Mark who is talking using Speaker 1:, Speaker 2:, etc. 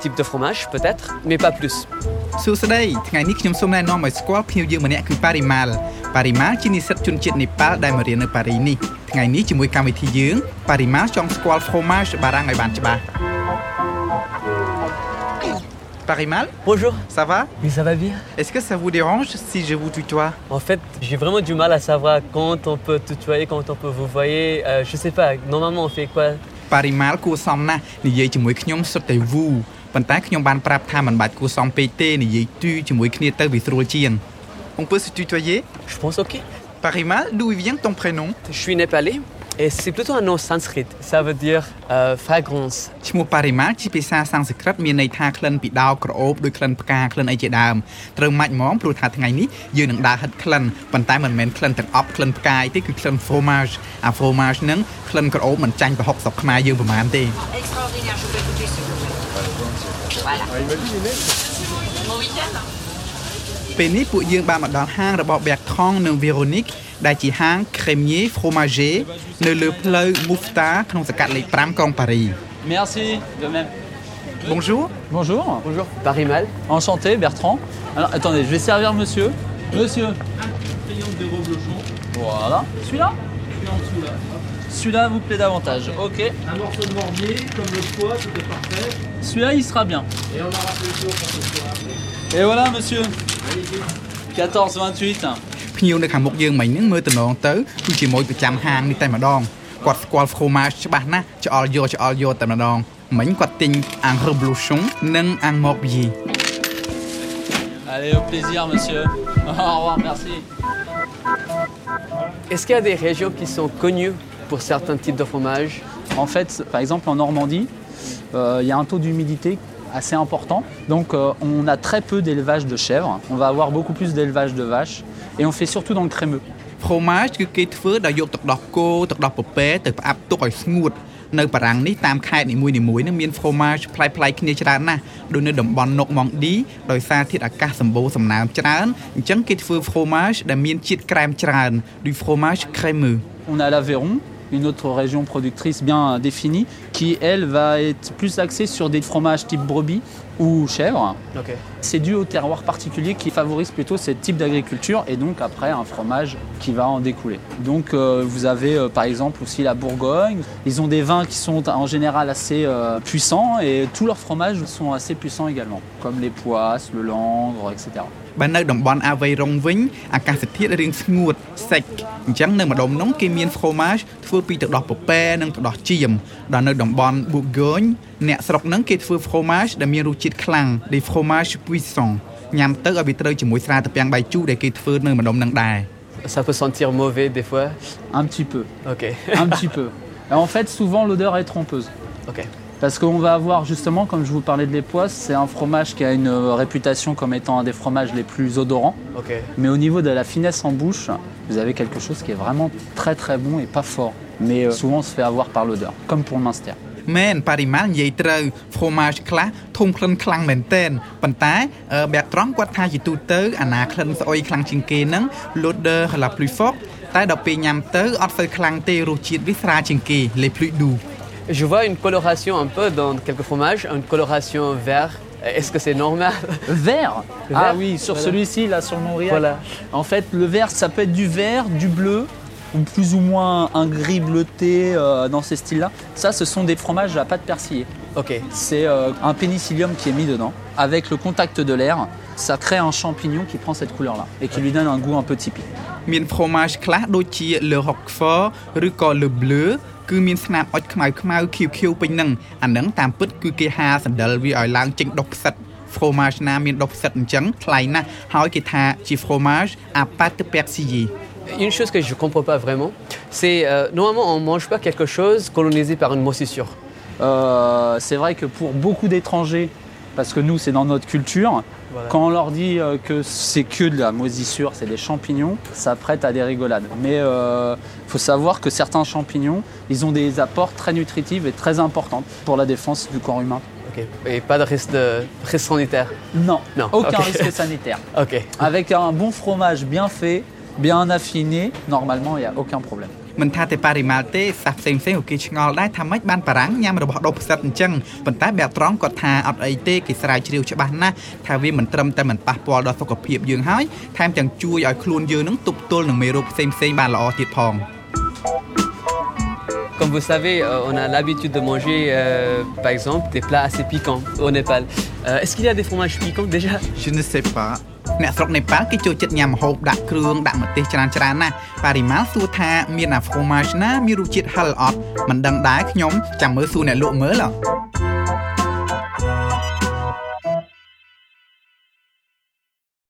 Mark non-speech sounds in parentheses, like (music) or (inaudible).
Speaker 1: types de fromages peut-être, mais pas plus.
Speaker 2: សួស្តីថ្ងៃនេះខ្ញុំសូមណែនាំឲ្យស្គាល់ភ្ញៀវយើងម្នាក់គឺប៉ារីម៉ាលប៉ារីម៉ាលជានិស្សិតជនជាតិនេប៉ាល់ដែលមករៀននៅប៉ារីនេះថ្ងៃនេះជាមួយកម្មវិធីយើងប៉ារីម៉ាលចង់ស្គាល់ fromage បារាំងឲ្យបានច្បាស់ប៉ារីម៉ាល
Speaker 1: Bonjour,
Speaker 2: ça va
Speaker 1: mais ça va bien
Speaker 2: est-ce que ça vous dérange si je vous tutoie
Speaker 1: En fait, j'ai vraiment du mal à savoir quand on peut tutoyer, quand on peut vous voyer. Euh, je sais pas, normalement on fait quoi
Speaker 2: បរិមាណគួរសមណាស់និយាយជាមួយខ្ញុំសុទ្ធតែវូប៉ុន្តែខ្ញុំបានប្រាប់ថាមិនបាច់គួរសមពេកទេនិយាយទូជាមួយគ្នាទៅវាស្រួលជាង On peut se tutoyer
Speaker 1: Je pense ok.
Speaker 2: Parimal, d'où vient ton prénom
Speaker 1: Je suis népalais et c'est plutôt un nom sanskrit. Ça veut dire euh, fragrance.
Speaker 2: ឈ្មោះ Parimal ជាភាសាសំស្ក្រឹតមានន័យថាក្លិនពីដោក្រអូបដូចក្លិនផ្កាក្លិនអីជាដើមត្រូវម៉ាច់ហ្មងព្រោះថាថ្ងៃនេះយើងនឹងដើរហិតក្លិនប៉ុន្តែមិនមែនក្លិនទាំងអប់ក្លិនផ្កាយទេគឺក្លិន fromage អា fromage ហ្នឹងក្លិនក្រអូបមិនចាញ់ប្រហុកស្រុកខ្មែរយើងប្រហែលទេ
Speaker 3: Extraordinaire, je vous fais goûter s'il vous plaît. Voilà. Bon week-end.
Speaker 2: ពេលនេះពួកយើងបានមកដល់ហាងរបស់ Bertrand និង Véronique ដែលជាហាង Crémier Fromager នៅលើផ្លូវ Moufta ក្នុងសង្កាត់លេខ5ក្រុងប៉ារី
Speaker 4: Merci, de même.
Speaker 2: Bonjour
Speaker 4: Bonjour. Bonjour.
Speaker 1: Parimal.
Speaker 4: Enchanté, Bertrand. Alors, attendez, je vais servir monsieur. Monsieur. Voilà. Celui-là Celui-là vous plaît davantage. Ok.
Speaker 5: Un morceau de morbier, comme le poids, tout est parfait.
Speaker 4: Celui-là, il sera bien.
Speaker 5: Et on aura fait le tour pour ce soir.
Speaker 4: Et voilà, monsieur. 14, 28.
Speaker 2: ភ្ញៀវនៅខាងមុខយើងមិញហ្នឹងមើលតំណងទៅគឺជាម៉ូយប្រចាំហាងនេះតែម្ដងគាត់ស្គាល់ Fromage ច្បាស់ណាស់ឆ្អល់យកឆ្អល់យកតែម្ដងមិញគាត់ទិញ Angre Blouchon និង Angre Morbier
Speaker 4: Allez, au plaisir, monsieur. (laughs) Au revoir, merci.
Speaker 1: Est-ce qu'il y a des régions qui sont connues pour certains types de fromages
Speaker 4: En fait, par exemple, en Normandie, euh, il y a un taux d'humidité assez important. Donc, euh, on a très peu d'élevage de chèvres. On va avoir beaucoup plus d'élevage de vaches. Et on fait surtout dans le crémeux.
Speaker 2: Fromage គឺគេធ្វើដោយយកទឹកដោះគោទឹកដោះពពែទៅផ្អាប់ទុកឲ្យស្ងួតនៅបារាំងនេះតាមខេត្តនីមួយៗហ្នឹងមាន fromage ប្លែកៗគ្នាច្រើនណាស់ដូចនៅតំបន់នុកម៉ង់ឌីដោយសារធាតុអាកាសសម្បូរសំណើមច្រើនអញ្ចឹងគេធ្វើ fromage ដែលមានជាតិក្រែមច្រើនដូច fromage crémeux
Speaker 4: On a l'Aveyron, une autre région productrice bien définie, qui, elle, va être plus axée sur des fromages type brebis ou chèvre.
Speaker 1: Ok.
Speaker 4: C'est dû au terroir particulier qui favorise plutôt ce type d'agriculture et donc après un fromage qui va en découler. Donc euh, vous avez euh, par exemple aussi la Bourgogne. Ils ont des vins qui sont en général assez euh, puissants et tous leurs fromages sont assez puissants également, comme les poisses, le langre, etc.
Speaker 2: បើនៅតំបន់អាវ៉ៃរុងវិញអាកាសធាតុរៀងស្ងួតសេចអញ្ចឹងនៅម្ដុំនោះគេមាន fromage ធ្វើពីទឹកដោះពពែនិងទឹកដោះចៀមដល់នៅតំបន់ Bourgogne អ្នកស្រុកហ្នឹងគេធ្វើ fromage ដែលមានរសជាតិខ្លាំង des fromages puissants ញ៉ាំទៅឲ្យវាត្រូវជាមួយស្រាត្រពាំងបាយជូរដែលគេធ្វើនៅម្ដុំហ្នឹងដែរ
Speaker 1: Ça peut sentir mauvais des fois.
Speaker 4: Un petit peu,
Speaker 1: Ok. (laughs)
Speaker 4: un petit peu. Et en fait, souvent l'odeur est trompeuse.
Speaker 1: Ok.
Speaker 4: Parce qu'on va avoir justement, comme je vous parlais de les poisses, c'est un fromage qui a une euh, réputation comme étant un des fromages les plus odorants.
Speaker 1: Ok.
Speaker 4: Mais au niveau de la finesse en bouche, vous avez quelque chose qui est vraiment très très bon et pas fort. Mais euh, souvent on se fait avoir par l'odeur, comme pour le minster.
Speaker 2: មែនបរិមាណនិយាយត្រូវ fromage ខ្លះធំក្លិនខ្លាំងមែនតែនប៉ុន្តែអឺ Bertrand គាត់ថាជាទូទៅអាណាក្លិនស្អុយខ្លាំងជាងគេហ្នឹង Loder ហឡា plus fort តែដល់ពេលញ៉ាំទៅអត់សូវខ្លាំងទេរសជាតិវាស្រាលជាងគេ les plus doux
Speaker 1: Je vois une coloration un peu dans quelques fromages, une coloration vert. Est-ce que c'est (laughs) normal
Speaker 4: Vert
Speaker 1: Le
Speaker 4: Ah
Speaker 1: vert,
Speaker 4: oui, sur
Speaker 1: voilà.
Speaker 4: celui-ci, là, sur mon Rial.
Speaker 1: Voilà.
Speaker 4: En fait, le vert, ça peut être du vert, du bleu, ou plus ou moins un gris bleuté euh, dans ces styles-là. Ça, ce sont des fromages à pâte persillée.
Speaker 1: Ok.
Speaker 4: C'est euh, un pénicillium qui est mis dedans. Avec le contact de l'air, ça crée un champignon qui prend cette couleur-là et qui lui donne un goût un peu typique.
Speaker 2: មាន fromage ខ្លះដូចជា Le Roquefort ឬក៏ Le Bleu គឺមានស្នាមអុចខ្មៅខ្មៅខៀវខៀវពេញហ្នឹងអាហ្នឹងតាមពិតគឺគេហាសណ្ដិលវាឲ្យឡើងចេញដុះផ្សិត fromage ណាមានដុះផ្សិតអញ្ចឹងថ្លៃណាស់ហើយគេថាជា fromage à pâte persillée
Speaker 1: Une chose que je ne comprends pas vraiment, c'est euh, normalement on ne mange pas quelque chose colonisé par une moisissure.
Speaker 4: Euh, c'est vrai que pour beaucoup d'étrangers, Parce que nous, c'est dans notre culture.
Speaker 1: Voilà.
Speaker 4: Quand on leur dit euh, que c'est que de la moisissure, c'est des champignons, ça prête à des rigolades. Mais euh, faut savoir que certains champignons, ils ont des apports très nutritifs et très importants pour la défense du corps humain.
Speaker 1: Ok. Et pas de risque, de risque sanitaire.
Speaker 4: Non,
Speaker 1: Non,
Speaker 4: aucun
Speaker 1: ok.
Speaker 4: risque sanitaire.
Speaker 1: Ok.
Speaker 4: Avec un bon fromage bien fait, bien affiné, normalement, il n'y a aucun problème.
Speaker 2: មិនថាតែបរិមាណទេសាផ្សេងផ្សេងៗក៏គេឆ្ងល់ដែរថាម៉េចបានបារាំងញ៉ាំរបស់ដូបផ្សិតអញ្ចឹងប៉ុន្តែបែបត្រង់គាត់ថាអត់អីទេគេស្រាវជ្រាវច្បាស់ណាស់ថាវាមិនត្រឹមតែមិនប៉ះពាល់ដល់សុខភាពយើងហើយថែមទាំងជួយឲ្យខ្លួនយើងនឹងទប់ទល់នឹងមេរោគផ្សេងផ្សេងៗបានល្អទៀតផង
Speaker 1: Comme vous savez, euh, on a l'habitude de manger, euh, par exemple, des plats assez piquants au Népal. Euh, Est-ce qu'il y a des fromages piquants déjà
Speaker 2: Je ne sais pas អ្នកស្រុកណេប៉ាល់គេចូលចិត្តញ៉ាំម្ហូបដាក់គ្រឿងដាក់ម្ទេសច្រើនច្រើនណាស់បរិមាណសួរថាមានអាហ្វ្រូម៉ាជណាមានរសជាតិហឹរអត់មិនដឹងដែរខ្ញុំចាំមើលសួរអ្នកលក់មើលអ្ហ៎